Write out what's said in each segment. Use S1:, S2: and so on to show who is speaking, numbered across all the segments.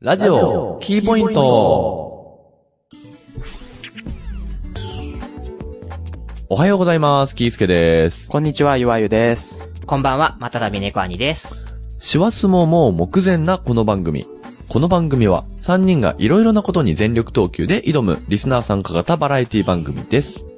S1: ラジオキーポイントおはようございます。キースケです。
S2: こんにちは、ゆわゆです。
S3: こんばんは、またたび猫兄です。
S1: 師走ももう目前なこの番組。この番組は3人がいろいろなことに全力投球で挑むリスナー参加型バラエティ番組です。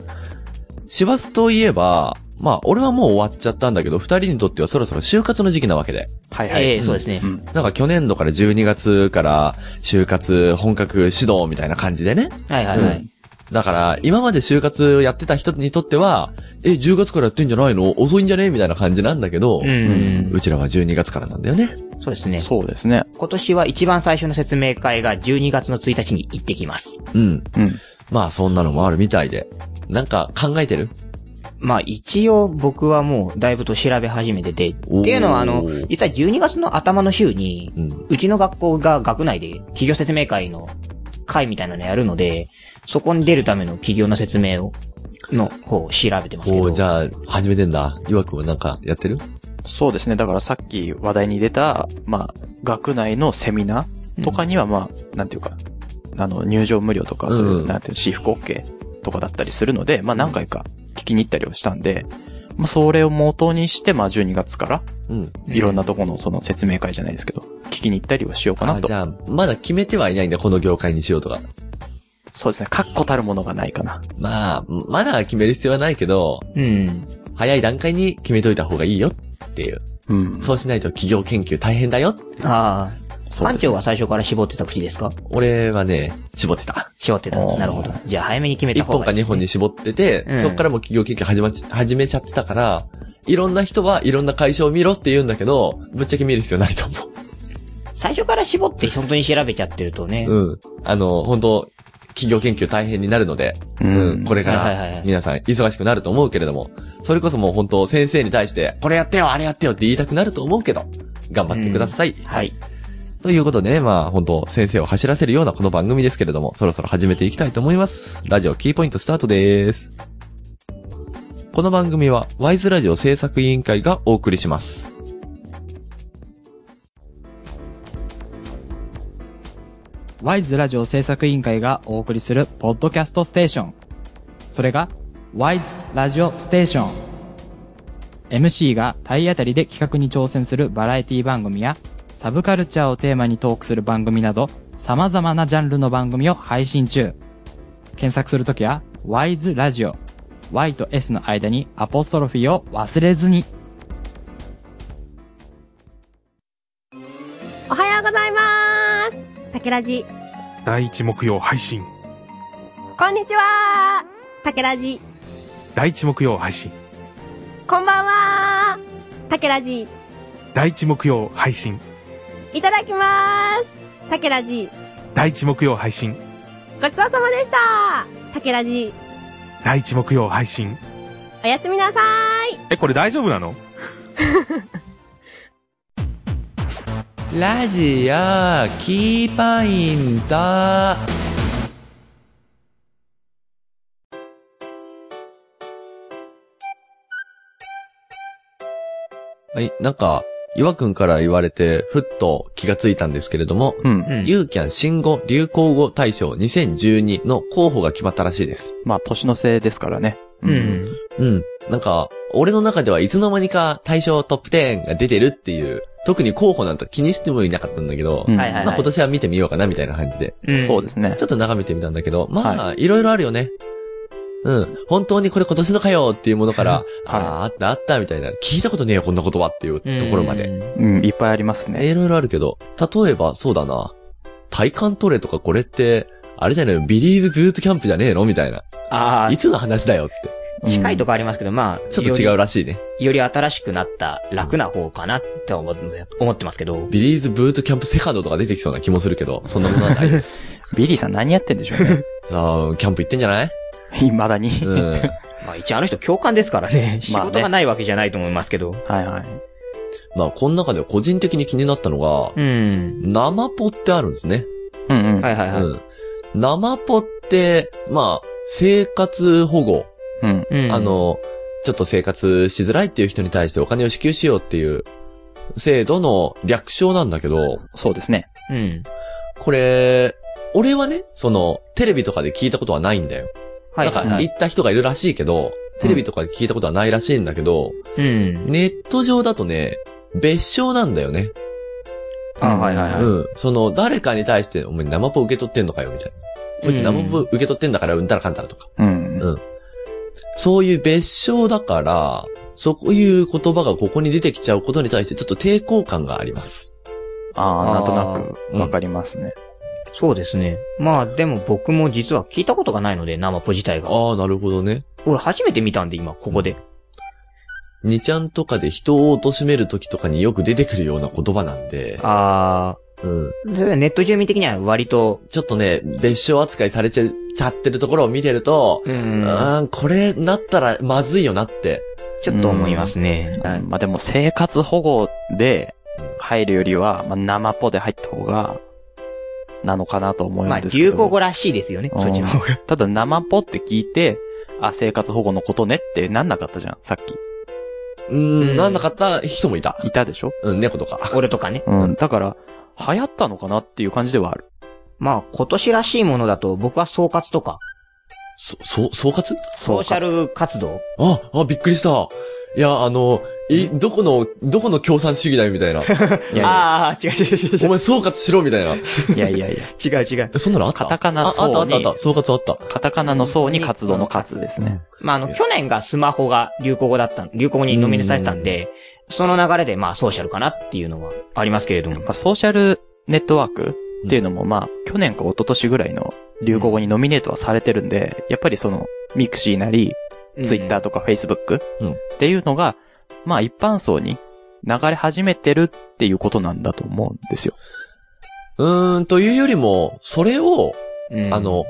S1: 師走といえば、まあ俺はもう終わっちゃったんだけど、2人にとってはそろそろ就活の時期なわけで。
S2: はいはい。
S3: ええそうですね
S2: う。ん。
S1: なんか去年度から12月から就活本格指導みたいな感じでね。
S3: はいはいはい。
S1: だから、今まで就活やってた人にとっては、え、10月からやってんじゃないの遅いんじゃねみたいな感じなんだけど、
S3: う
S2: うん
S3: ん。
S1: うちらは12月からなんだよね。
S3: そうですね。
S2: そうですね。
S3: 今年は一番最初の説明会が12月の1日に行ってきます。
S1: うん。
S2: うん。
S1: まあ、そんなのもあるみたいで。なんか、考えてる
S3: まあ一応僕はもうだいぶと調べ始めてて、っ
S1: おー
S3: ていうのはあの、実は12月の頭の週に、
S1: うん。
S3: うちの学校が学内で企業説明会の会みたいなのやるので、そこに出るための企業の説明を、の方を調べてますけ
S1: お
S3: ど。
S1: ーじゃあ、始めてんだ。ゆわくんはなんか、やってる
S2: そうですね。だからさっき話題に出た、まあ、学内のセミナーとかには、まあ、なんていうか、あの、入場無料とか、そういう、
S1: うん
S2: なんていうの、私服 OK とかだったりするので、まあ何回か聞きに行ったりをしたんで、まあそれを元にして、まあ12月から、
S1: うん。
S2: いろんなとこのその説明会じゃないですけど、聞きに行ったりはしようか
S1: あ
S2: な
S1: ーじ
S2: と。
S1: ゃあ、まだ決めてはいないんだ、この業界にしようとか。
S2: そうですね。確固たるものがないかな。
S1: まあ、まだ決める必要はないけど、
S3: うん。
S1: 早い段階に決めといた方がいいよっていう。
S2: うん。
S1: そうしないと企業研究大変だよ。
S3: ああ。
S2: そう
S3: 班
S2: ですね
S3: 長は最初から絞ってた口ですか
S1: 俺はね、絞ってた。
S3: 絞ってた
S2: お。ー
S3: なるほど。じゃあ早めに決め
S1: 一
S3: た方
S1: 本
S3: が
S1: か
S3: いいで
S1: 二
S3: す、ね。
S1: 本に絞ってて、
S3: うん
S1: そっからもう企業研究始まち、始めちゃってたから、いろんな人はいろんな会社を見ろって言うんだけど、ぶっちゃけ見る必要ないと思
S3: 最初から絞って本当に調べちゃってるとね。
S1: う。うん。あの、本当企業研究大変になるので、
S2: う
S1: うん、
S2: ん。
S1: これか
S3: はいはいは
S1: ら
S3: い、
S1: 皆さん忙しくなると思うけれども、それこそもう本当先生に対して、これやってよ、あれやってよって言いたくなると思うけど、頑張ってください。
S3: はい。
S1: ということでね、まあ本当先生を走らせるようなこの番組ですけれども、そろそろ始めていきたいと思います。ラジオキーポイントスタートです。この番組は、ワイズラジオ制作委員会がお送りします。
S4: ワイズラジオ制作委員会がお送りするポッドキャストステーション。それが、ワイズラジオステーション。MC が体当たりで企画に挑戦するバラエティ番組や、サブカルチャーをテーマにトークする番組など、様々なジャンルの番組を配信中。検索するときは、ワイズラジオ。Y と S の間にアポストロフィーを忘れずに。
S5: おはようございます。たけらじ。
S6: 第一木曜配信。
S5: こんにちは。たけらじ。
S6: 第一木曜配信。
S5: こんばんは。たけらじ。
S6: 第一木曜配信。
S5: いただきます。たけらじ。
S6: 第一木曜配信。
S5: ごちそうさまでした。たけらじ。
S6: 第一木曜配信。
S5: おやすみなさい。
S6: え、これ大丈夫なの
S1: ラジオキーポイントはい、なんか、岩くんから言われて、ふっと気がついたんですけれども、
S2: うん。
S3: うん
S1: ユーキャン新語・流行語大賞2012の候補が決まったらしいです。
S2: まあ、年のせいですからね。
S3: うん。
S1: うん。なんか、俺の中ではいつの間にか大賞トップ10が出てるっていう、特に候補なんて気にしてもいなかったんだけど、
S2: うん
S3: はいはい
S1: まあ
S3: は
S1: 今
S3: い。
S1: 年は見てみようかなみたいな感じで、
S3: うん
S2: そうですね。
S1: ちょっと眺めてみたんだけど、まあ、い、ろいろあるよね。うん。本当にこれ今年のかよっていうものから、ああ、あったあったみたいな、聞いたことねえよこんな言葉っていうところまで。
S3: で。
S2: うん、いっぱいありますね。
S1: いろいろあるけど、例えばそうだな、体感トレとかこれって、あれだよね、ビリーズブートキャンプじゃねえのみたいな。
S3: あ
S1: いつの話だよって。
S3: あ、近いとこありますけど、まあ、
S1: ちょっと違うらしいね。
S3: う。より新しくなった楽な方かなって思って思ってますけど。
S1: ビリーズブートキャンプセカンドとか出てきそうな気もするけど、そんなことは ないです。
S2: ビリーさん何やってんでしょうね。
S1: さあ、キャンプ行ってんじゃない
S2: 未だに。
S1: うん。
S3: まあ一応あの人共感ですからね。仕
S2: まあね
S3: 事がないわけじゃないと思いますけど。
S2: はいはい。
S1: まあ、この中で個人的に気になったのが、
S3: うん。
S1: 生ポってあるんですね。
S2: うんうん。
S3: はいはいはい。
S1: うん。生ポって、まあ、生活保護。
S2: うん。
S3: うん
S1: あ、の、ちょっと生活しづらいっていう人に対してお金を支給しようっていう制度の略称なんだけど、
S2: そうですね。
S3: うん。
S1: これ、俺はね、その、テレビとかで聞いたことはないんだよ。
S3: は
S1: なん
S3: い。
S1: か、言った人がいるらしいけど、テレビとかで聞いたことはないらしいんだけど、
S3: うん。
S1: ネット上だとね、別称なんだよね。
S3: あ、はいはいはい。
S1: うん。その、誰かに対して、お前生ポ受け取ってんのかよ、みたいな。こいつ生ポ受け取ってんだから、うんたらかんたらとか。
S2: うん。
S1: うんそういう別称だから、そういう言葉がここに出てきちゃうことに対してちょっと抵抗感があります。
S2: ああ、なんとな
S1: あー
S2: くわかりますね。
S3: そうですね。まあでも僕も実は聞いたことがないので、生ポ自体が。
S1: ああ、なるほどね。
S3: 俺初めて見たんで今、ここで。
S1: 二ちゃんとかで人を貶める時とかによく出てくるような言葉なんで、
S3: あ
S1: うん。
S3: ー、それはネット住民的には割と、
S1: ちょっとね、別称扱いされちゃちゃってるところを見てると、
S3: うん、
S1: あーこれなったらまずいよなって。
S3: ちょっと思いますね。
S2: はいまあでも生活保護で入るよりは、まあ生ポで入った方が、なのかなと思うん
S3: まあ
S2: ですけど。
S3: 流行語らしいですよね、
S2: うん
S3: そっちの 方が。
S2: ただ生ポって聞いて、あ、生活保護のことねってなんなかったじゃん、さっき。
S1: うー、
S3: うんん
S1: なんなかった人もいた。
S2: いたでしょ
S1: うん、猫とか。あ
S3: 俺とかね。
S2: うん。だから、流行ったのかなっていう感じではある。
S3: まあ今年らしいものだと僕は総括とか、
S1: そ、そ、総括
S2: そ
S3: ソ
S2: う
S3: ーシャル活動
S1: あ、あ、びっくりした。いや、あの、い、どこの、どこの共産主義だよ、みたいな。
S2: いや
S3: ああ、違う違う違
S1: お
S3: う
S1: 前総括しろ、みたいな。
S2: いやいやいやいや。
S3: 違う。 違う違う。
S1: え、そんなのあった
S2: カタカナ
S1: ああったあ
S2: 層
S1: ったあっ
S2: に
S1: た。、総括あった。
S2: カタカナの層に活動の活ですね。
S3: まああの、去年がスマホが流行語だった、流行語にノミネートされてたんで、その流れでまあソーシャルかなっていうのはありますけれども。
S2: まあ、ソーシャルネットワークっていうのも、まあ、去年か一昨年ぐらいの流行語にノミネートはされてるんで、やっぱりその、ミクシーなり、ツイッターとかフェイスブック
S1: うん
S2: っていうのが、まあ一般層に流れ始めてるっていうことなんだと思うんですよ。
S1: うーん、というよりも、それを、
S3: うん
S1: あ、の、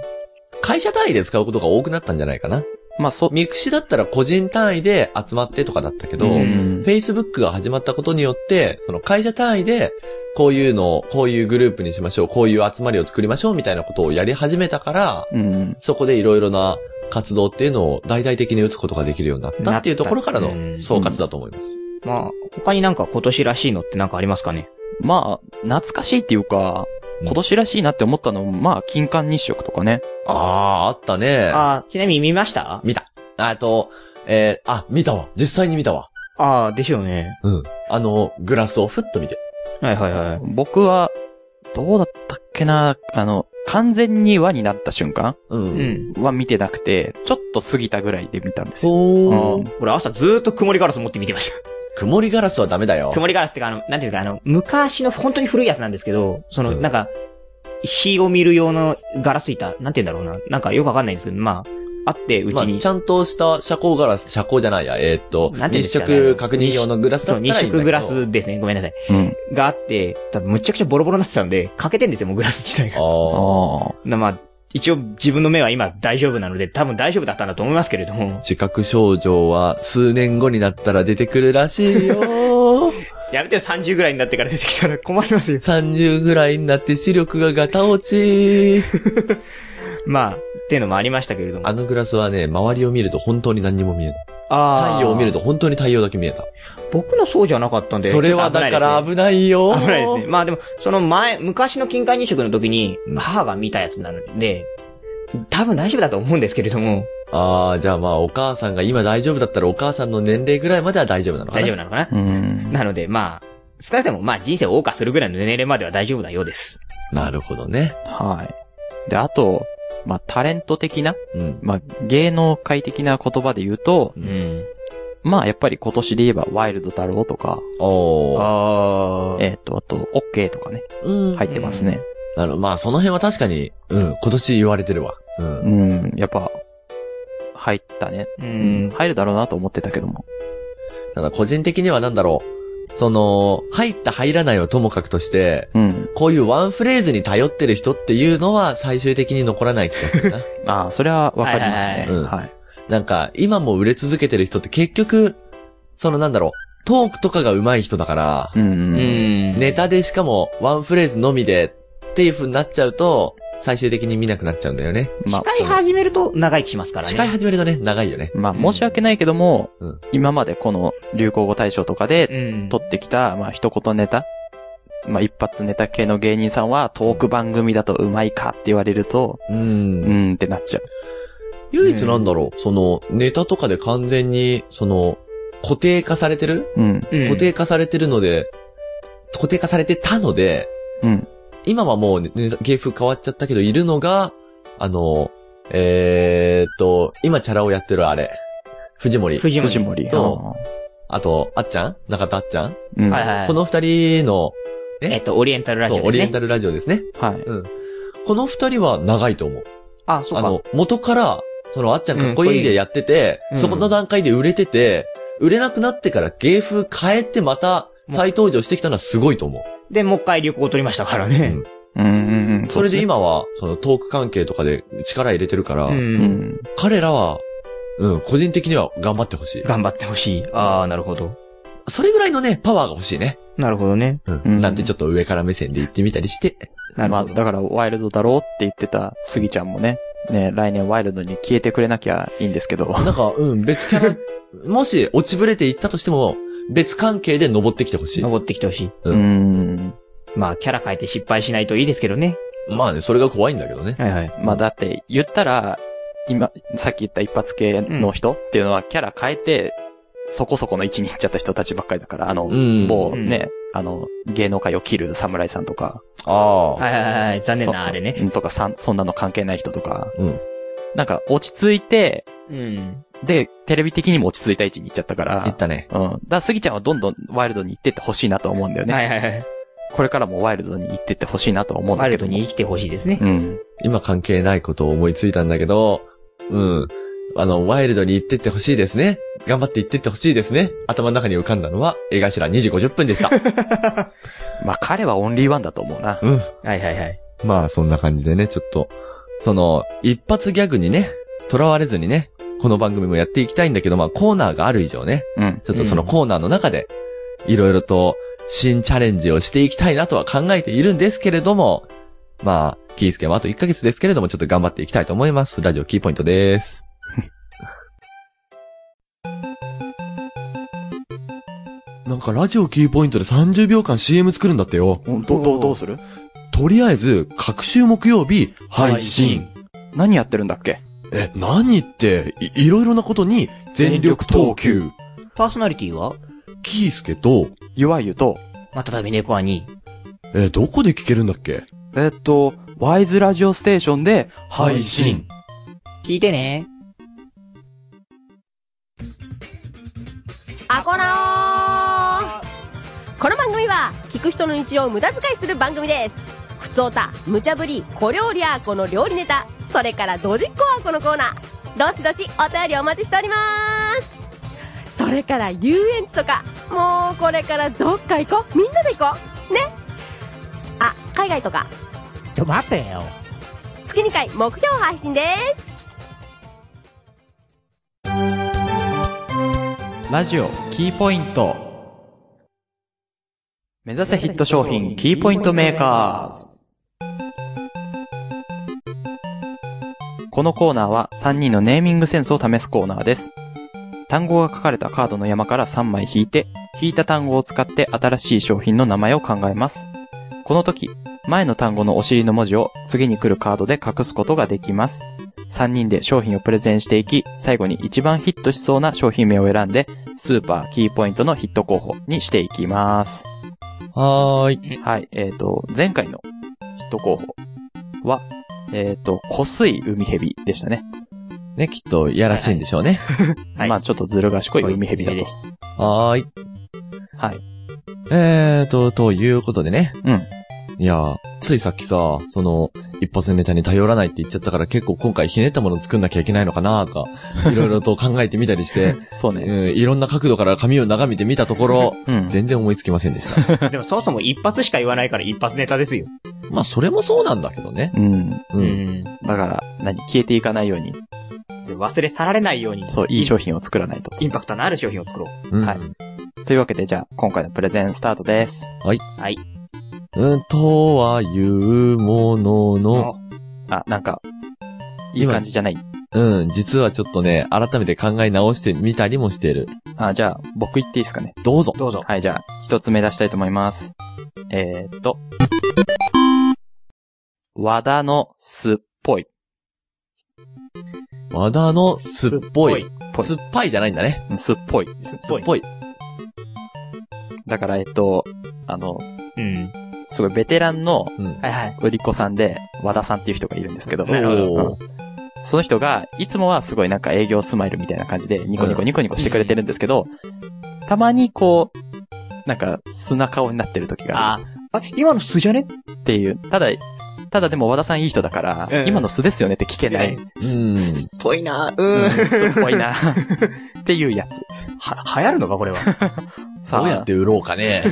S1: 会社単位で使うことが多くなったんじゃないかな。
S2: まあそ、
S1: ミクシだったら個人単位で集まってとかだったけど、
S3: うん
S1: Facebook が始まったことによって、その会社単位で、こういうのを、こういうグループにしましょう、こういう集まりを作りましょうみたいなことをやり始めたから、
S2: うん。
S1: そこでいろいろな活動っていうのを大々的に打つことができるようになったっていうところから
S3: なったう
S1: の
S3: ん
S1: 総括だと思います。
S3: まあ、他になんか今年らしいのってなんかありますかね
S2: まあ、懐かしいっていうか、
S1: うん
S2: 今年らしいなって思ったのも、まあ、金環日食とかね。
S1: ああ、あったね。
S3: あーちなみに見ました
S1: 見た。あと、えーあ、見たわ。実際に見たわ。
S3: ああ、ですよね。
S1: うん。あの、グラスをふっと見て。
S3: はいはいはい。
S2: 僕は、どうだったっけな、あの、完全に輪になった瞬間
S1: うん。
S3: うん。
S2: は見てなくて、ちょっと過ぎたぐらいで見たんですよ。
S1: そう
S2: うん
S3: 俺朝ずーっと曇りガラス持って見てまし
S1: 曇りガラスはダメだよ
S3: た。。曇りガラスってか、あの、なんていうんですか、あの、昔の本当に古いやつなんですけど、その、
S1: うん
S3: なんか、火を見る用のガラス板、なんて言うんだろうな。なんかよくわかんないんですけど、まあ、あって、うち
S1: まあ、
S3: に。
S1: ちゃんとした遮光ガラス、遮光じゃないや、えーっと、
S3: なんていうん
S1: 日
S3: ですかね
S1: 食確認用のグラスだ
S3: そ
S1: った
S3: う、
S1: らいいんだけ
S3: 日
S1: ど
S3: 食グラ。スですね。ごめんなさい。
S2: うん。
S3: があって、多分むちゃくちゃボロボロになってたんで、欠けてんですよ、もうグラス自体が。
S1: あ
S2: あ
S3: なまあ、一応自分の目は今大丈夫なので、多分大丈夫だったんだと思いますけれども
S1: あ。。視覚症状は数年後になったら出てくるらしい よ。
S3: やめてよ、30ぐらいになってから出てきたら困りますよ。
S1: 30ぐらいになって視力がガタ落ち。
S3: まあ、っていうのもありましたけれども。
S1: あのグラスはね、周りを見ると本当に何にも見えない。
S3: あー
S1: 太陽を見ると本当に太陽だけ見えた。
S3: 僕のそうじゃなかったんで。
S1: それは
S3: ちょ
S1: だ
S3: っと
S1: か
S3: 危ないですね
S1: ら危ないよ。
S3: 危ないですね。まあでも、その前、昔の金環入食の時に
S1: うん、
S3: 母が見たやつなので、多分大丈夫だと思うんですけれども、
S1: ああ、じゃあまあお母さんが今大丈夫だったらお母さんの年齢ぐらいまでは大丈夫なのか
S3: 大
S1: な
S3: 丈夫なのかな
S2: あ。うん。
S3: なので、まあ、少なくとも、まあ人生を謳歌するぐらいの年齢までは大丈夫なようです。
S1: なるほどね。
S2: はい。で、あと、まあ、タレント的な、
S1: うん。
S2: まあ、芸能界的な言葉で言うと、
S3: うん。
S2: まあ、やっぱり今年で言えば、ワイルド太郎とか、
S1: おー。
S3: ああ。
S2: えっ、と、あと、オッケーとかね、
S1: うん。
S2: 入ってますね。
S1: なるまあその辺は確かに、うん、今年言われてるわ。うん。
S2: うん、やっぱ、入ったね。
S3: う。
S2: うん入るだろうなと思ってたけども。
S1: ただ個人的にはなんだろう。その、入った入らないをともかくとして、
S2: うん。
S1: こういうワンフレーズに頼ってる人っていうのは最終的に残らない気がするな。
S2: ああ、それはわかります
S1: はいは
S2: ね。
S1: いはい
S2: はい。
S1: なんか、今も売れ続けてる人って結局、そのなんだろう、トークとかが上手い人だから、
S2: うんう。
S3: うんん。
S1: ネタでしかもワンフレーズのみでっていう風になっちゃうと、最終的に見なくなっちゃうんだよね。
S2: まあ
S3: 使い始めると長生きしますからね。
S1: 司会始めるとね、長いよね。
S2: まあ、申し訳ないけども、
S1: うん
S2: 今までこの流行語大賞とかで
S3: うん。
S2: 取ってきた、まあ、一言ネタっまあ、一発ネタ系の芸人さんは、トーク番組だとうまいかって言われると、
S1: うん
S2: う。ーんってなっちゃう。
S1: 唯一なんだろう、その、ネタとかで完全に、その、固定化されてる、
S2: うん。
S3: うん
S1: 固定化されてるので、固定化されてたので、
S2: うん。
S1: 今はもう、ね、芸風変わっちゃったけど、いるのが、あの、えー、っと、今チャラをやってるあれ、藤森。
S3: 藤森。
S2: 藤森。
S1: とあと、あっちゃん中田あっちゃん、
S2: うん。
S3: は
S2: はいい。
S3: はい。
S1: この二人の、
S3: えっと、オリエンタルラジ
S1: そ
S3: オです
S1: う、
S3: ね。
S1: オリエンタルラジオですね。
S2: はい。
S1: この二人は長いと思う。
S3: あ、そ
S1: あ
S3: うか。
S1: の、元から、その、あっちゃんかっこいいでやってて、
S3: うん
S1: そこの段階で売れてて、売れなくなってから芸風変えてまた再登場してきたのはすごいと思う。
S3: で、もう一回旅行を取りましたから
S1: う
S3: ね
S1: ん。
S2: うんうんうん。
S1: それで
S2: 今。
S1: 今は、そのトーク関係とかで力入れてるから、
S3: うん
S2: うん。
S1: 彼らは、うん、個人的には頑張ってほしい。
S3: 頑張ってほしい。ああ、なるほど。
S1: それぐらいのね、パワーが欲しいね。
S3: なるほどね。
S1: うん。
S2: うん
S1: なんてちょっと上から目線で言ってみたりして。
S3: なる
S2: まあ、
S3: ほど。
S2: だから、ワイルドだろうって言ってた、スギちゃんもね、ね、来年ワイルドに消えてくれなきゃいいんですけど。
S1: なんか、うん、別キャラ、もし落ちぶれていったとしても、別関係で登ってきてほしい。
S3: 登ってきてほしい。
S1: う
S2: うんん。
S3: まあ、キャラ変えて失敗しないといいですけどね。
S1: まあね、それが怖いんだけどね。
S3: はいはい。
S2: まあ、だって、言ったら、今、さっき言った一発系の人っていうのは、キャラ変えて、そこそこの位置に行っちゃった人たちばっかりだから、あの、
S1: うん
S2: もうね、あの、芸能界を切る侍さんとか。
S1: ああ。
S3: はいはいはいはい。残念な、
S2: そ
S3: あれね。。
S2: とか、さん、そんなの関係ない人とか。
S1: うん。
S2: なんか、落ち着いて、
S3: うん。
S2: で、テレビ的にも落ち着いた位置に行っちゃったか
S1: 言っ
S2: ら。
S1: たね。
S2: うん。だから、スギちゃんはどんどんワイルドに行ってってほしいなと思うんだよね。
S3: はいはいはい。
S2: これからもワイルドに行ってってほしいなとは思うん
S3: ワ
S2: だけ
S3: イル
S2: ど
S3: ド
S2: も。
S3: に生きてほしいですね。
S2: うん。
S1: 今関係ないことを思いついたんだけど、うん。あの、ワイルドに行ってってほしいですね。頑張って行ってってほしいですね。頭の中に浮かんだのは、映画ら2時50分でした。
S2: まあ、彼はオンリーワンだと思うな。
S1: うん。
S3: はいはいはい。
S1: まあ、そんな感じでね、ちょっと、その、一発ギャグにね、囚われずにね、この番組もやっていきたいんだけど、まあ、コーナーがある以上ね、
S2: うん。
S1: ちょっとそのコーナーの中で、いろいろと新チャレンジをしていきたいなとは考えているんですけれども、まあ、キースケもあと1ヶ月ですけれども、ちょっと頑張っていきたいと思います。ラジオキーポイントです。なんかラジオキーポイントで30秒間 CM 作るんだってよ。
S2: ど、ど、どうする
S1: とりあえず、各週木曜日、配信。
S2: 何やってるんだっけ
S1: え、何って、い、いろいろなことに、全力投球。
S3: パーソナリティは
S1: キースケと、
S2: ゆわゆと、
S3: またたび猫はに。
S1: え、どこで聞けるんだっけ
S2: えっと、ワイズラジオステーションで配信。
S3: 聞いてね。
S5: アコラーこの番組は聞く人の日常を無駄遣いする番組ですふつおた無茶ぶり小料理アーコの料理ネタそれからドジっ子アーコのコーナーどしどしお便りお待ちしておりますそれから遊園地とかもうこれからどっか行こうみんなで行こうねあ海外とか
S3: ちょ、待ってよ。
S5: 月2回目標配信です
S4: ラジオキーポイント
S2: 目指せヒット商品、キーポイントメーカーズ。このコーナーは3人のネーミングセンスを試すコーナーです。単語が書かれたカードの山から3枚引いて、引いた単語を使って新しい商品の名前を考えます。この時、前の単語のお尻の文字を次に来るカードで隠すことができます。3人で商品をプレゼンしていき、最後に一番ヒットしそうな商品名を選んで、スーパーキーポイントのヒット候補にしていきます。
S1: はーい。
S2: はい、えっ、と、前回のヒット候補は、えっ、と、湖水海蛇でしたね。
S1: ね、きっと、やらしいんでしょうね。
S3: はい
S2: まあちょっとずる賢い海蛇だ
S3: はい
S2: と
S3: で。す
S1: はーい。
S2: はい。
S1: えーと、ということでね。
S2: うん。
S1: いやー、ついさっきさ、その、一発ネタに頼らないって言っちゃったから結構今回ひねったもの作んなきゃいけないのかなとか、いろいろと考えてみたり して、
S2: そう
S1: うん、
S2: ね。
S1: いろんな角度から髪を眺めてみたところ、
S2: うん。
S1: 全然思いつきませんでした。
S3: でもそもそも一発しか言わないから一発ネタですよ。
S1: まあ、それもそうなんだけどね。
S2: うん。
S1: う。
S3: うんん。
S2: だから、何消えていかないように、
S3: 忘れ去られないように。
S2: そう、いい商品を作らないと。
S3: インパクトのある商品を作ろう。
S1: うん、
S2: はいというわけで、じゃあ、今回のプレゼンスタートです。
S1: うん、とはいうものの、
S2: あ、なんか、いい感じじゃない。
S1: うん、実はちょっとね、改めて考え直してみたりもしてる。
S2: あ、じゃあ、僕言っていいですかね。
S1: どうぞ。
S3: どうぞ。
S2: はい、じゃあ、一つ目出したいと思います。えーっと。和田のすっぽい。
S1: 和田のすっぽい。
S2: ぽい
S1: 酸っぱいじゃないんだね。
S2: うんすっぽい。
S3: すっ
S1: す
S3: ぽ
S1: っ
S3: い。
S1: ぽい。
S2: だから、えっと、あの、
S3: うん。
S2: すごいベテランの
S1: うん。
S3: はいはい。
S2: 売り子さんで、和田さんっていう人がいるんですけど、
S3: なるほど
S1: おー
S2: その人が、いつもはすごいなんか営業スマイルみたいな感じで、ニコニコニコニコしてくれてるんですけど、たまにこう、なんか、素な顔になってる時があ
S3: ああ、今の素じゃね
S2: るっていう。ただ、ただでも和田さんいい人だから、
S3: うん
S2: 今の素ですよねって聞けない。
S1: うん。
S3: ぽいな
S2: う、
S3: うんん。
S2: 素っぽいな。っていうやつ。
S3: は、 流行るのかこれは。
S2: さ
S1: どうやっ
S2: あ、
S1: て売ろうか ね。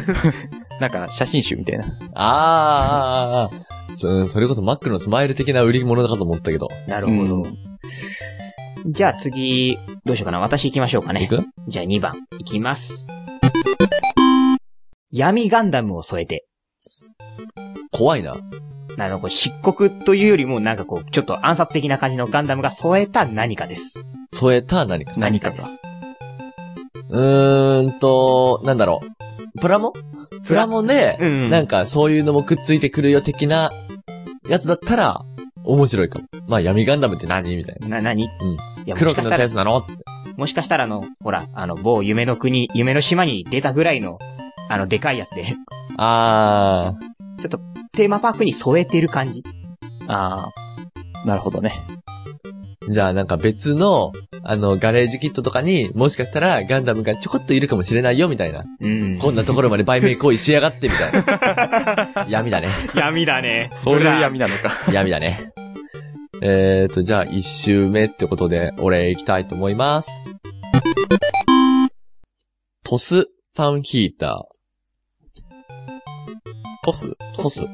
S2: なんか写真集みたいな。
S1: あーあーあーあーそ、それこそマックのスマイル的な売り物かと思ったけど。
S3: なる
S2: う
S3: ほ
S2: ん
S3: ど。じゃあ次、どうしようかな。私行きましょうかね。
S1: いく
S3: じゃあ2番、いきます。闇ガンダムを添えて。
S1: 怖いな。
S3: なの、こう、漆黒というよりも、なんかこう、ちょっと暗殺的な感じのガンダムが添えた何かです。
S1: 添えた何か。
S2: 何か
S3: で
S2: が。
S3: す。
S1: うーんと、なんだろう。プラモプラモで、
S3: うんうん。
S1: なんかそういうのもくっついてくるよ的なやつだったら、面白いかも。まあ闇ガンダムって何みたい
S3: な、何い
S1: な。
S3: や、も
S1: 黒く塗っ
S3: しかし
S1: たた
S3: ら
S1: や、つなの
S3: もしかしたらあの、ほら、あの、某夢の国、夢の島に出たぐらいの、あの、でかいやつで、 ち
S1: あー。
S3: ょっと、テーマパークに添えてる感じ。
S2: ああ、なるほどね。
S1: じゃあなんか別の、あの、ガレージキットとかに、もしかしたらガンダムがちょこっといるかもしれないよ、みたいな。
S3: うん。
S1: こんなところまで売名行為しやがって、みたいな。闇だね。
S3: 闇だね。
S2: そういう闇なのか。
S1: 闇だね。えーと、じゃあ一周目ってことで、俺行きたいと思います。トスファンヒータ
S2: トス
S1: ー。トス。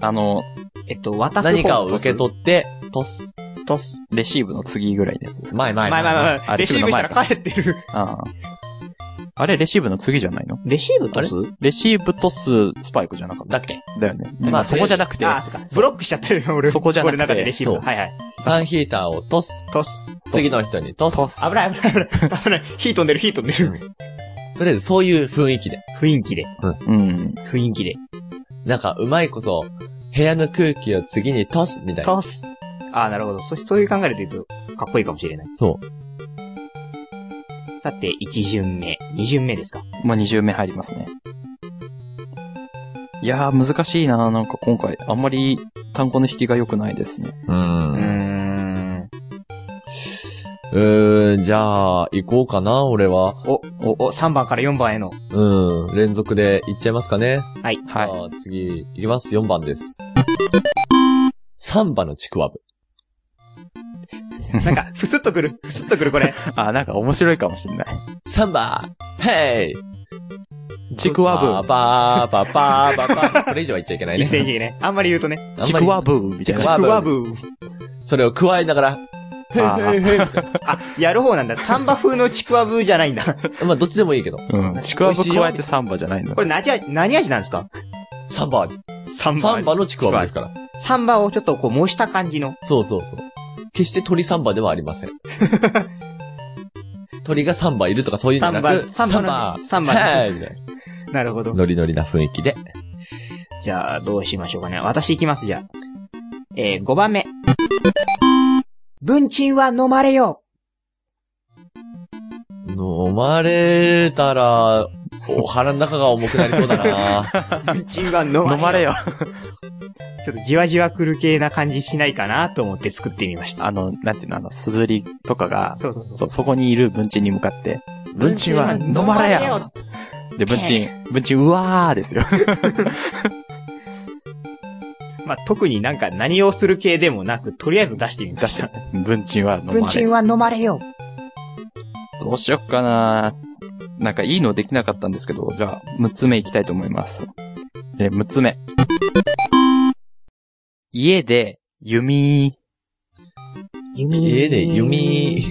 S2: あの、
S3: えっと、渡す方
S1: 何かを受け取って、トス。
S2: トス、レシーブの次ぐらいのやつですか。
S1: 前前
S3: 前前前
S2: あ
S3: 前。レシーブしたら帰ってる。
S2: ああ。あれ、レシーブの次じゃないの
S3: レシーブトス
S2: レシーブ、トス、スパイクじゃなかっ
S1: だ
S2: た
S1: っけ
S2: だよね。
S1: ん
S2: まあ、そこじゃなくて、
S3: あ、そっか。ブロックしちゃってるよ、俺。
S2: そこじゃなくて
S3: 俺の中でレシーブ。
S1: そう
S3: はいはい。
S1: ファンヒーターをトス。
S3: トス。
S1: 次の人にトス。
S2: トス。
S3: 危ない危ない危ない。危ない。火飛んでる、火飛んでる。
S1: とりあえずそういう雰囲気で。
S3: 雰囲気で。
S2: うん。
S3: 雰囲気で。
S1: なんか、うまいこと、部屋の空気を次にトスみたいな。
S3: トス。ああ、なるほど。そそういう考えで言うと、かっこいいかもしれない。。
S1: そう
S3: さて、1巡目。2巡目ですか。
S2: まあ、20名入りますね。いやー、難しいななんか今回、あんまり単語の引きが良くないですね。
S1: うー
S3: うー
S1: ん。
S3: ん。
S1: うーん、じゃあ、行こうかな、俺は。
S3: お、お、お、3番から4番への。
S1: うん、連続で行っちゃいますかね。
S3: は
S2: はい
S3: い。
S1: じゃあ次、いきます。4番です。サンバのちくわぶ。
S3: なんか、ふすっとくる。ふすっとくる、これ。
S2: あ、なんか面白いかもしんない。
S1: サンバヘイ
S2: ちくわ
S1: バーバーバーバーバー。これ以上は言っちゃいけない
S3: 言ってい
S1: ね。
S3: けね。あんまり言うとね。
S2: ぶ。ちくわぶみたい
S1: ちく
S2: な。
S1: わぶ
S3: ちくわぶ。
S1: それを加えながら、
S2: あー
S1: ヘイヘイヘイみたい
S3: あ、やる方なんだ。サンバ風のちくわぶじゃないんだ。
S1: なまあ、どっちでもいいけど。
S2: うん。ちくわぶ加えてサンバじゃないの
S3: こ。れ何味、何味なんですか
S1: サンバ、
S3: サ
S1: サンバのちくわぶですから。
S3: サンバをちょっとこう模した感じの。
S1: そうそうそう。決して鳥サンバではありません。鳥がサンバいるとかそういうんじゃなく、
S3: サンバサンバの
S1: サンバ
S3: サンバの
S1: ヘイみたいな
S3: なるほど。
S1: ノリノリな雰囲気で。
S3: じゃあ、どうしましょうかね。私行きます、じゃあ。えー、5番目。文鎮は飲まれよ
S1: 飲まれたら、お腹の中が重くなりそうだな
S3: 文鎮は飲まれ
S2: 飲ま
S3: よ
S2: れよ。
S3: ちょっとじわじわ来る系な感じしないかなと思って作ってみました。
S2: あの、なんていうの、あの、すずりとかが、
S3: そうそうそう。
S2: そう、そこにいる文鎮に向かって、文鎮は飲まれよで、文鎮、文鎮、うわーですよ。
S3: まあ、特になんか何をする系でもなく、とりあえず出してみま
S2: 出
S3: し
S2: したて。、文鎮は飲まれる。
S3: は飲まれよ
S2: どうしよっかななんかいいのできなかったんですけど、じゃあ、6つ目いきたいと思います。え、6つ目。家で、弓、
S3: 弓
S1: 家で弓、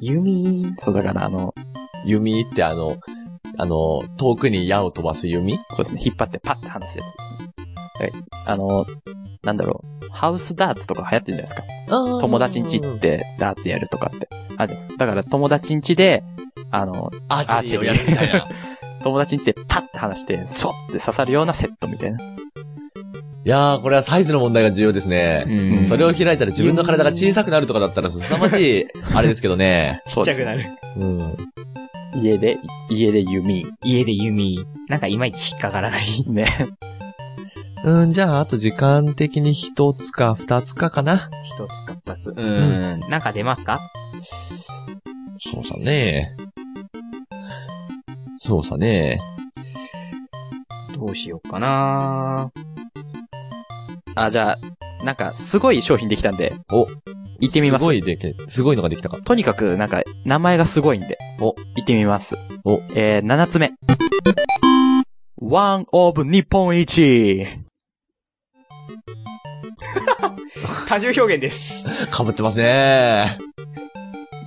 S3: 弓
S2: そうだからあの、
S1: 弓ってあの、あの、遠くに矢を飛ばす弓
S2: そうですね、引っ張ってパッて離すやつ。はいあの、なんだろう、ハウスダーツとか流行ってるじゃないですか。友
S1: 友
S2: 達ん家行っ。てダーツやるとかって。あるじゃないですか。だから友達ん家で、あの、
S1: アーチェリーをやるみたいな。
S2: 友達ん家でパッて離して、そって刺さるようなセットみたいな。
S1: いやー、これはサイズの問題が重要ですね。
S3: うん
S1: それを開いたら自分の体が小さくなるとかだったら、凄まじい、あれですけどね。
S2: そうです、ね。
S1: う
S3: る。
S1: ん。
S2: 家で、家で弓。
S3: 家で弓、なんかいまいち引っかからない。
S2: ね。
S1: うん、じゃあ、あと時間的に一つか二つかかな。
S3: 一つか二つ。うーん。なんか出ますか
S1: そうさねそうさね
S3: どうしようかな
S2: あ、じゃあ、なんか、すごい商品できたんで、
S1: お、
S2: 行ってみます
S1: す。ごいでけ、すごいのができたか。
S2: とにかく、なんか、名前がすごいんで、
S1: お
S2: 行ってみます。
S1: お
S2: えー、七つ目。One of 日本一。
S3: 多重表現です。
S1: かぶってますね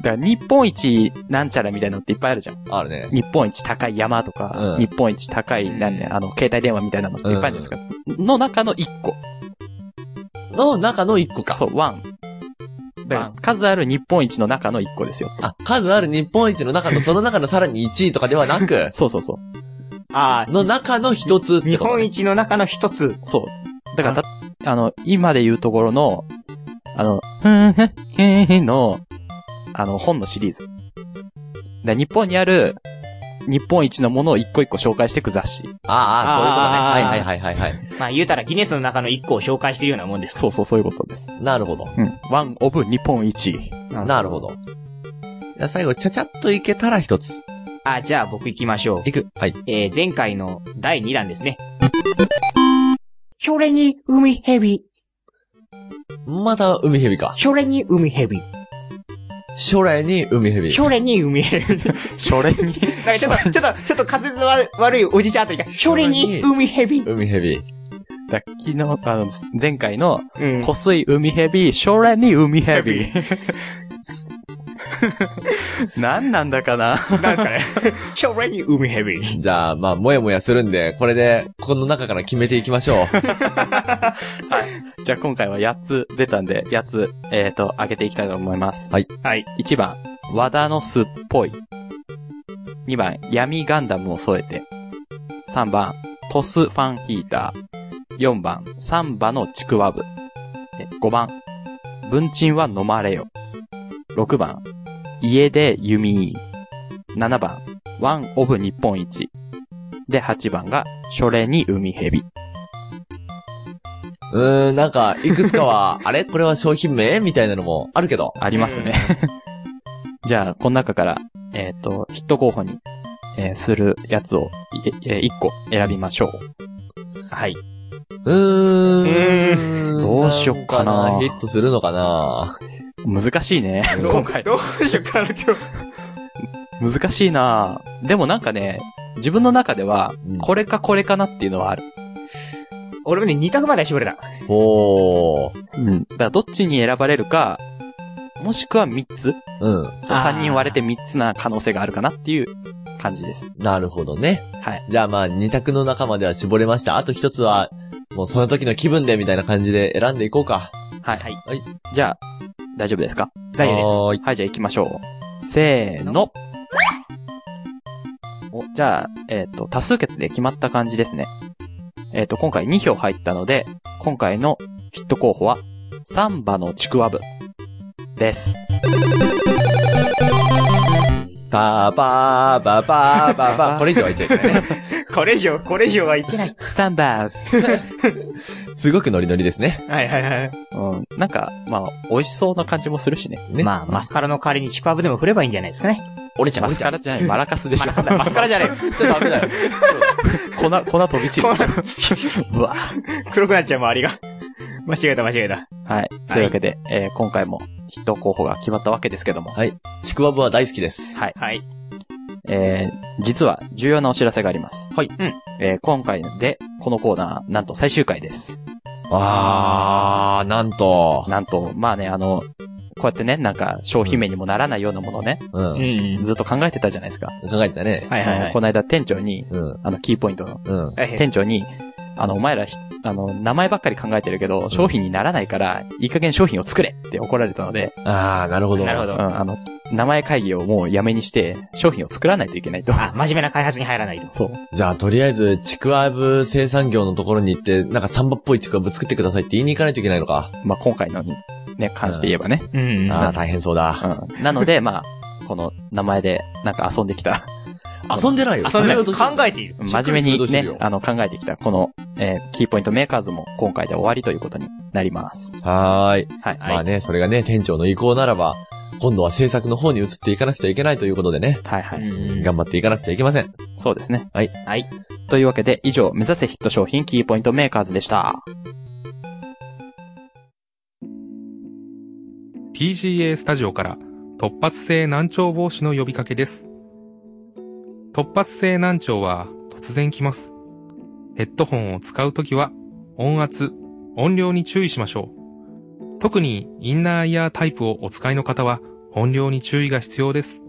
S2: だから、日本一なんちゃらみたいなのっていっぱいあるじゃん。
S1: あるね。
S2: 日本一高い山とか、
S1: うん
S2: 日本一高い、なんね、あの、携帯電話みたいなのっていっぱいあるじゃないですか。の中の一個。
S1: の中の一個か。
S2: そう、one。だか
S3: ワン
S2: ら、数ある日本一の中の一個ですよ。、
S1: あ、数ある日本一の中の、その中のさらに1位とかではなく
S2: そうそうそう。
S3: ああ、
S1: の中の一つって
S3: 日
S1: こと、
S3: 本
S1: ね。
S3: 一の中の一つ。
S2: そう。だからた、あの、今で言うところの、あの、ふんふんへんへんの、あの、本のシリーズ。で日本にある、日本一のものを一個一個紹介していく雑誌。
S1: ああ、そういうことね。は
S3: あー
S1: いはいはいはいは
S3: まあ言うたらギネスの中の一個を紹介してるようなもんです。
S2: そうそう、そういうことです。
S1: い。なるほど。
S2: うん。ワンオブ日本一。
S1: なるほど。じゃあ最後、ちゃちゃっといけたら一つ。
S3: あ、じゃあ僕行きましょう。
S1: いく。はい。
S3: えー、前回の第2弾ですね。それに海蛇、
S1: また、海蛇か。
S3: それに海蛇、
S1: 将来に海蛇。
S3: それに海 蛇。
S2: それに、
S3: なんかちょっと、ちょっと、ちょっと滑舌わ悪いおじちゃんというか、それに海蛇。
S1: 海蛇。
S2: だ昨日、あの、前回の、
S3: うん。
S2: 湖水海蛇、将来に海蛇。 何なんだかな
S3: なん ですかね。それに海蛇。
S1: じゃあ、まあ、もやもやするんで、これで、ここの中から決めていきましょう。
S2: じゃあ今回は8つ出たんで、8つ、えっ、と、上げていきたいと思います。
S1: はい。
S3: はい。
S2: 1番、和田の巣っぽい。2番、闇ガンダムを添えて。3番、トスファンヒーター。4番、サンバのちくわぶ。え5番、文鎮は飲まれよ。6番、家で弓。7番、ワンオブ日本一。で、8番が、書類に海蛇。
S1: うーん、なんか、いくつかは、あれこ れは商品名みたいなのもあるけど。
S2: ありますね。 じゃあ、この中から、えっ、と、ヒット候補に、えーするやつを、いえー、1個選びましょう。
S3: はい。
S1: うー
S3: ー
S1: ん。
S2: どうしよっかな
S1: なんヒットするのかな
S2: 難しいね。 今回。
S3: どうしようかな、今日。
S2: 難しいなでもなんかね、自分の中では
S1: うん、
S2: これかこれかなっていうのはある。
S3: 俺もね、2択までは絞れた。
S1: ほー。
S2: うん。だから、どっちに選ばれるか、もしくは3つ
S1: うん。
S2: そう、
S3: あー
S2: 3人割れて3つな可能性があるかなっていう感じです。
S1: なるほどね。
S2: はい。
S1: じゃあまあ、二択の中までは絞れました。あと一つは、もうその時の気分でみたいな感じで選んでいこうか。
S2: はい。
S3: はい
S1: はい
S2: じゃあ、大丈夫ですか
S3: 大丈夫です。
S1: はーい。
S2: はい、じゃあ行きましょう。せーの。お、じゃあ、えっ、と、多数決で決まった感じですね。えっ、と、今回2票入ったので、今回のヒット候補は、サンバのちくわぶです。
S1: パーパーパーパーパーパー。これ以上はいっちゃいけないね。
S3: これ以上、これ以上はいけない。
S2: サンバ
S1: すごくノリノリですね。
S3: はいはいはい。
S2: うん、なんか、まあ、美味しそうな感じもするしね。
S1: ね
S3: まあ、マスカラの代わりにチクワブでも振ればいいんじゃないですかね。
S1: 折れちゃう、
S2: マ
S1: 折れ
S2: ス
S1: ちゃ
S2: カ
S1: う。
S2: ラじゃない、マラカスでしょ。
S3: ママスカラじゃね
S1: ちょっとダメだよ。
S2: 粉、粉飛び散るでしょ。うわ。
S3: え。 黒くなっちゃう周りが。 間違えた間違えた。
S2: はい。というわけで、えー今回もヒット候補が決まったわけですけども。
S1: ちくわぶは大好きです。
S2: はい。
S3: はい。
S2: えー実は重要なお知らせがあります。
S1: はい
S3: うん
S2: えー今回で、このコーナー、なんと最終回です。
S1: あー、なんと。
S2: なんと、まあね、あの、こうやってね、なんか、商品名にもならないようなものをね、
S1: うん。
S3: ん。
S2: ずっと考えてたじゃないですか。
S1: 考えてたね。
S3: はいはい
S2: あ
S3: は
S2: の
S3: い
S2: こ。の間店長に、
S1: うん。
S2: あの、キーポイントの、
S1: うん。
S3: はいはい
S2: 店長に、あの、お前らひ、あの、名前ばっかり考えてるけど、商品にならないから、いい加減商品を作れって怒られたので、
S1: ああ、なるほど。
S3: なるほ
S2: う
S3: ど
S2: ん、。あの、名前会議をもうやめにして、商品を作らないといけないと。
S3: あ、真面目な開発に入らないと。
S2: そう。
S1: じゃあ、とりあえず、ちくわぶ生産業のところに行って、なんかサンバっぽいちくわぶ作ってくださいって言いに行かないといけないのか。
S2: まあ、今回のに、ね、関して言えばね。
S3: うんうん。
S1: ああ、大変そうだ。
S2: うん。なの で、まあ、この名前で、なんか遊んできた。
S1: 遊んでないよ。
S3: 遊んでる
S1: 考
S3: 考えている。
S2: 真面目に
S1: しっかり行動してる
S2: ね
S1: よ、
S2: あの、考えてきた、この、えーキーポイントメーカーズも今回で終わりということになります。
S1: はーい。
S2: はい。
S1: まあね、それがね、店長の意向ならば、今度は制作の方に移っていかなくちゃいけないということでね、
S2: はいはい。
S3: うん
S1: 頑張っていかなくちゃいけません。
S2: そうですね。
S3: はい。
S2: というわけで、以上、目指せヒット商品キーポイントメーカーズでした。
S6: TCA スタジオから突発性難聴防止の呼びかけです。突発性難聴は突然来ます。ヘッドホンを使うときは音圧、音量に注意しましょう。特にインナーイヤータイプをお使いの方は音量に注意が必要です。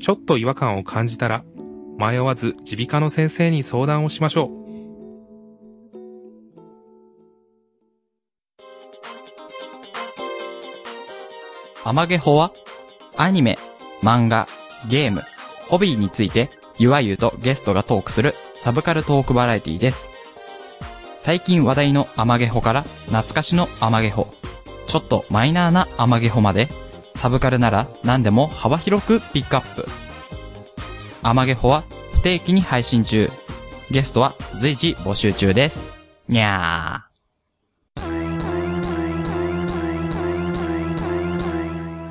S6: ちょっと違和感を感じたら迷わず耳鼻科の先生に相談をしましょう。
S2: アマゲホは、アニメ、漫画、ゲーム、ホビーについて、ゆわゆとゲストがトークするサブカルトークバラエティです。最近話題のアマゲホから懐かしのアマゲホ、ちょっとマイナーなアマゲホまで、サブカルなら何でも幅広くピックアップ。アマゲホは不定期に配信中。ゲストは随時募集中です。にゃ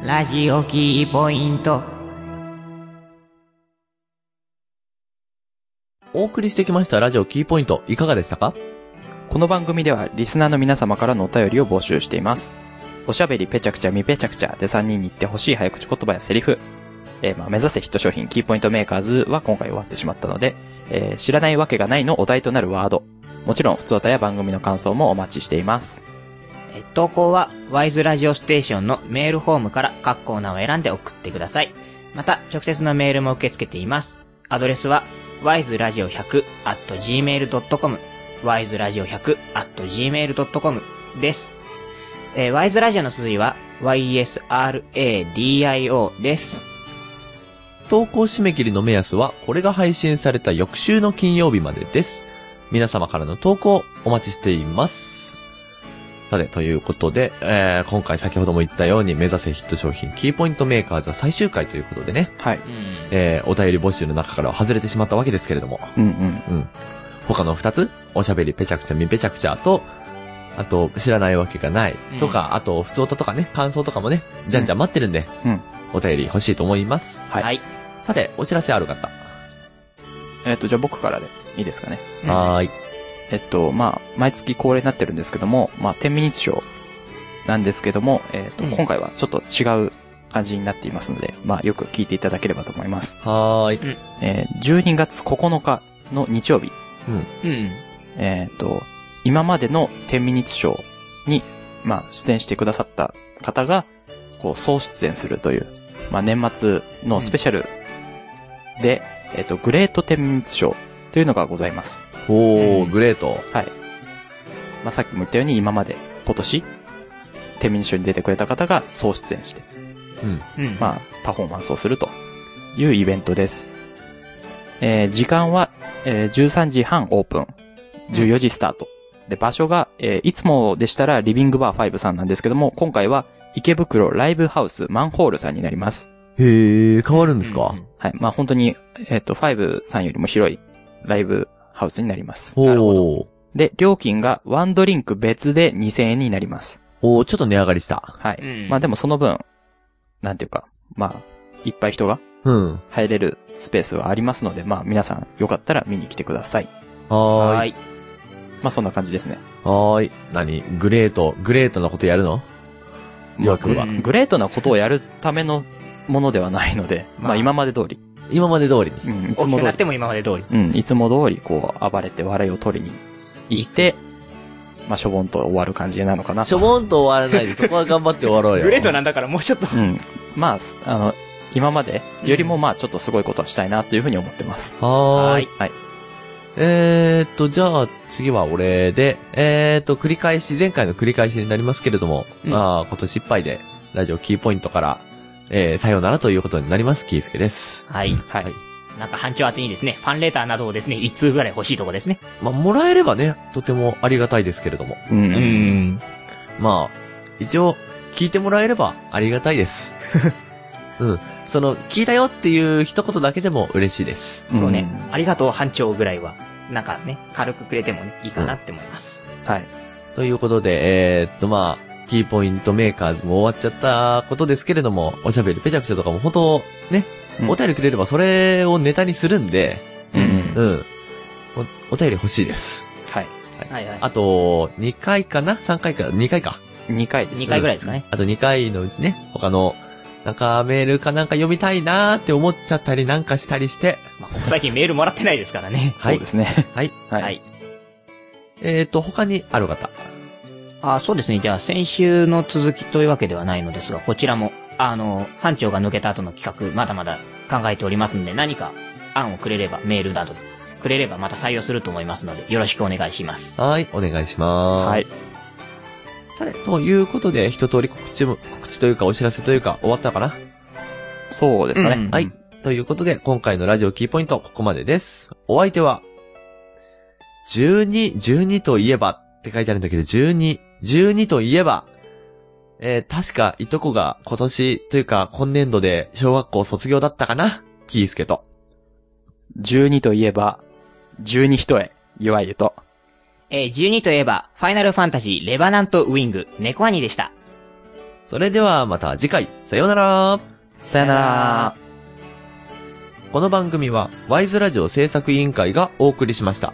S7: ラジオキーポイント。
S1: お送りしてきましたラジオキーポイント、いかがでしたか
S2: ー。この番組ではリスナーの皆様からのお便りを募集しています。おしゃべりぺちゃくちゃみぺちゃくちゃで3人に言ってほしい早口言葉やセリフ。えーまあ、目指せヒット商品キーポイントメーカーズは今回終わってしまったので、えー知らないわけがないのお題となるワード。もちろん、普通歌や番組の感想もお待ちしています。
S7: え投稿は、ワイズラジオステーションのメールフォームから各コーナーを選んで送ってください。また、直接のメールも受け付けています。アドレスは、wiseradio100.gmail.com、wiseradio100.gmail.com です。えー、ワイズラジオの続きは、ysradio です。
S1: 投稿締め切りの目安は、これが配信された翌週の金曜日までです。皆様からの投稿、お待ちしています。さて、ということで、えー今回先ほども言ったように、目指せヒット商品、キーポイントメーカーズは最終回ということでね、
S2: はい。
S1: えーお便り募集の中からは外れてしまったわけですけれども、
S2: うんうん。
S1: 他の二つ、おしゃべりぺちゃくちゃみぺちゃくちゃと、あと、知らないわけがないとか、あと、普通音とかね、感想とかもね、じゃんじゃん待ってるんで、
S2: うん
S1: お便り欲しいと思います。
S2: はい
S7: はい。
S1: さて、お知らせある方。
S2: えっ、と、じゃあ僕からでいいですかね。
S7: うん
S1: はーい。
S2: えっと、まあ、毎月恒例になってるんですけども、まあ、10ミニッツショーなんですけども、えっ、と、
S7: うん
S2: 今回はちょっと違う感じになっていますので、まあ、よく聞いていただければと思います。
S1: はーい。
S2: えー12月9日の日曜日、
S7: うん。
S2: えっ、と、今までの10ミニッツショーに、まあ、出演してくださった方が、こう、総出演するという、まあ、年末のスペシャルで、えっ、と、グレート10ミニッツショーというのがございます。
S1: おー、グレート。
S2: まあ、さっきも言ったように今まで今年、天秤賞に出てくれた方が総出演して、
S7: うん。
S2: まあ、パフォーマンスをするというイベントです。えー時間は、えー13時半オープン、14時スタート。で、場所が、えーいつもでしたらリビングバー5さんなんですけども、今回は池袋ライブハウスマンホールさんになります。
S1: へー、変わるんです
S7: う
S1: か
S7: ん
S2: はい。まあ、本当に、えっ、と、5さんよりも広いライブハウスになります。
S1: おー。
S2: で、料金がワンドリンク別で2000円になります。
S1: おー、ちょっと値上がりした。
S2: はい。
S7: うん
S2: まあでもその分、なんていうか、まあ、いっぱい人が
S1: うん。
S2: 入れるスペースはありますので、まあ皆さんよかったら見に来てください。
S1: は
S7: は
S1: ーい。
S7: い。
S2: まあそんな感じですね。
S1: はーい。何グレート、グレートなことやるの
S2: まあ
S1: よくは
S2: グレートなことをやるためのものではないので、ま
S7: ま
S2: あ
S7: あ
S2: 今まで通り、
S1: 今まで通りに。
S2: うん、いつ
S7: 大き
S2: も
S7: くな
S2: 通
S7: っても今まで通り。
S2: り、うん、いつも通りこう暴れて笑いを取りに行って、まあしょぼんと終わる感じなのかな
S1: し。ょぼんと終わらないで、そこは頑張って終わろうよ。
S7: グレートなんだからもうちょっと。
S2: うん。まあ、すあの、今までよりもまあちょっとすごいことはしたいなというふうに思ってます。
S1: はー
S7: はいい。
S1: えーっと、じゃあ次は俺で、えーっと、繰り返し、前回の繰り返しになりますけれども、
S3: うん
S1: まあ、今年いっぱいで、ラジオキーポイントから、えー、さようならということになります、キースケです。
S3: はい。
S2: はい。
S3: なんか班長宛てにですね、ファンレターなどをですね、一通ぐらい欲しいとこですね。
S1: まあ、もらえればね、とてもありがたいですけれども。
S2: う。
S3: うんん。
S1: まあ、一応、聞いてもらえればありがたいです。 うん。その、聞いたよっていう一言だけでも嬉しいです。
S3: そうね。ありがとう班長ぐらいは、なんかね、軽くくれてもね、いいかなって思います。
S2: はい。
S1: ということで、えーっと、まあ、キーポイントメーカーズも終わっちゃったことですけれども、おしゃべりペチャクチャとかも本当、ね
S2: う、ん
S1: お便りくれればそれをネタにするんで、
S2: うんうん。
S1: うん。お、お便り欲しいです。
S2: はい。
S3: はいはい。
S1: あと、2回かな ?3 回か ?2 回か。
S2: 2回です。
S3: 2回ぐらいですかね。
S1: あと2回のうちね、他の、なんかメールかなんか読みたいなーって思っちゃったりなんかしたりして、。
S3: まあ、ここ最近メールもらってないですからね
S1: は
S2: そう
S1: い
S2: で。すね。
S1: はい。
S2: はい。
S3: はい
S1: えーっと、他にある方。
S3: あそうですね。じゃあ、先週の続きというわけではないのですが、こちらも、あの、班長が抜けた後の企画、まだまだ考えておりますので、何か案をくれれば、メールなど、くれればまた採用すると思いますので、よろしくお願いします。
S1: はい、お願いします。
S2: はい。
S1: さて、ということで、一通り告知も、告知というかお知らせというか終わったかな
S2: そうですかね。
S1: はい。ということで、今回のラジオキーポイント、ここまでです。お相手は、12、12といえばって書いてあるんだけど、12、12といえば、えー、確か、いとこが今年というか、今年度で小学校卒業だったかなキースケと。
S2: 12といえば、12人へ、弱いゆと。
S3: えー、12といえば、ファイナルファンタジー、レバナントウィング、ネコアニでした。
S1: それではまた次回、さようなら。
S2: さよなら。
S1: この番組は、ワイズラジオ制作委員会がお送りしました。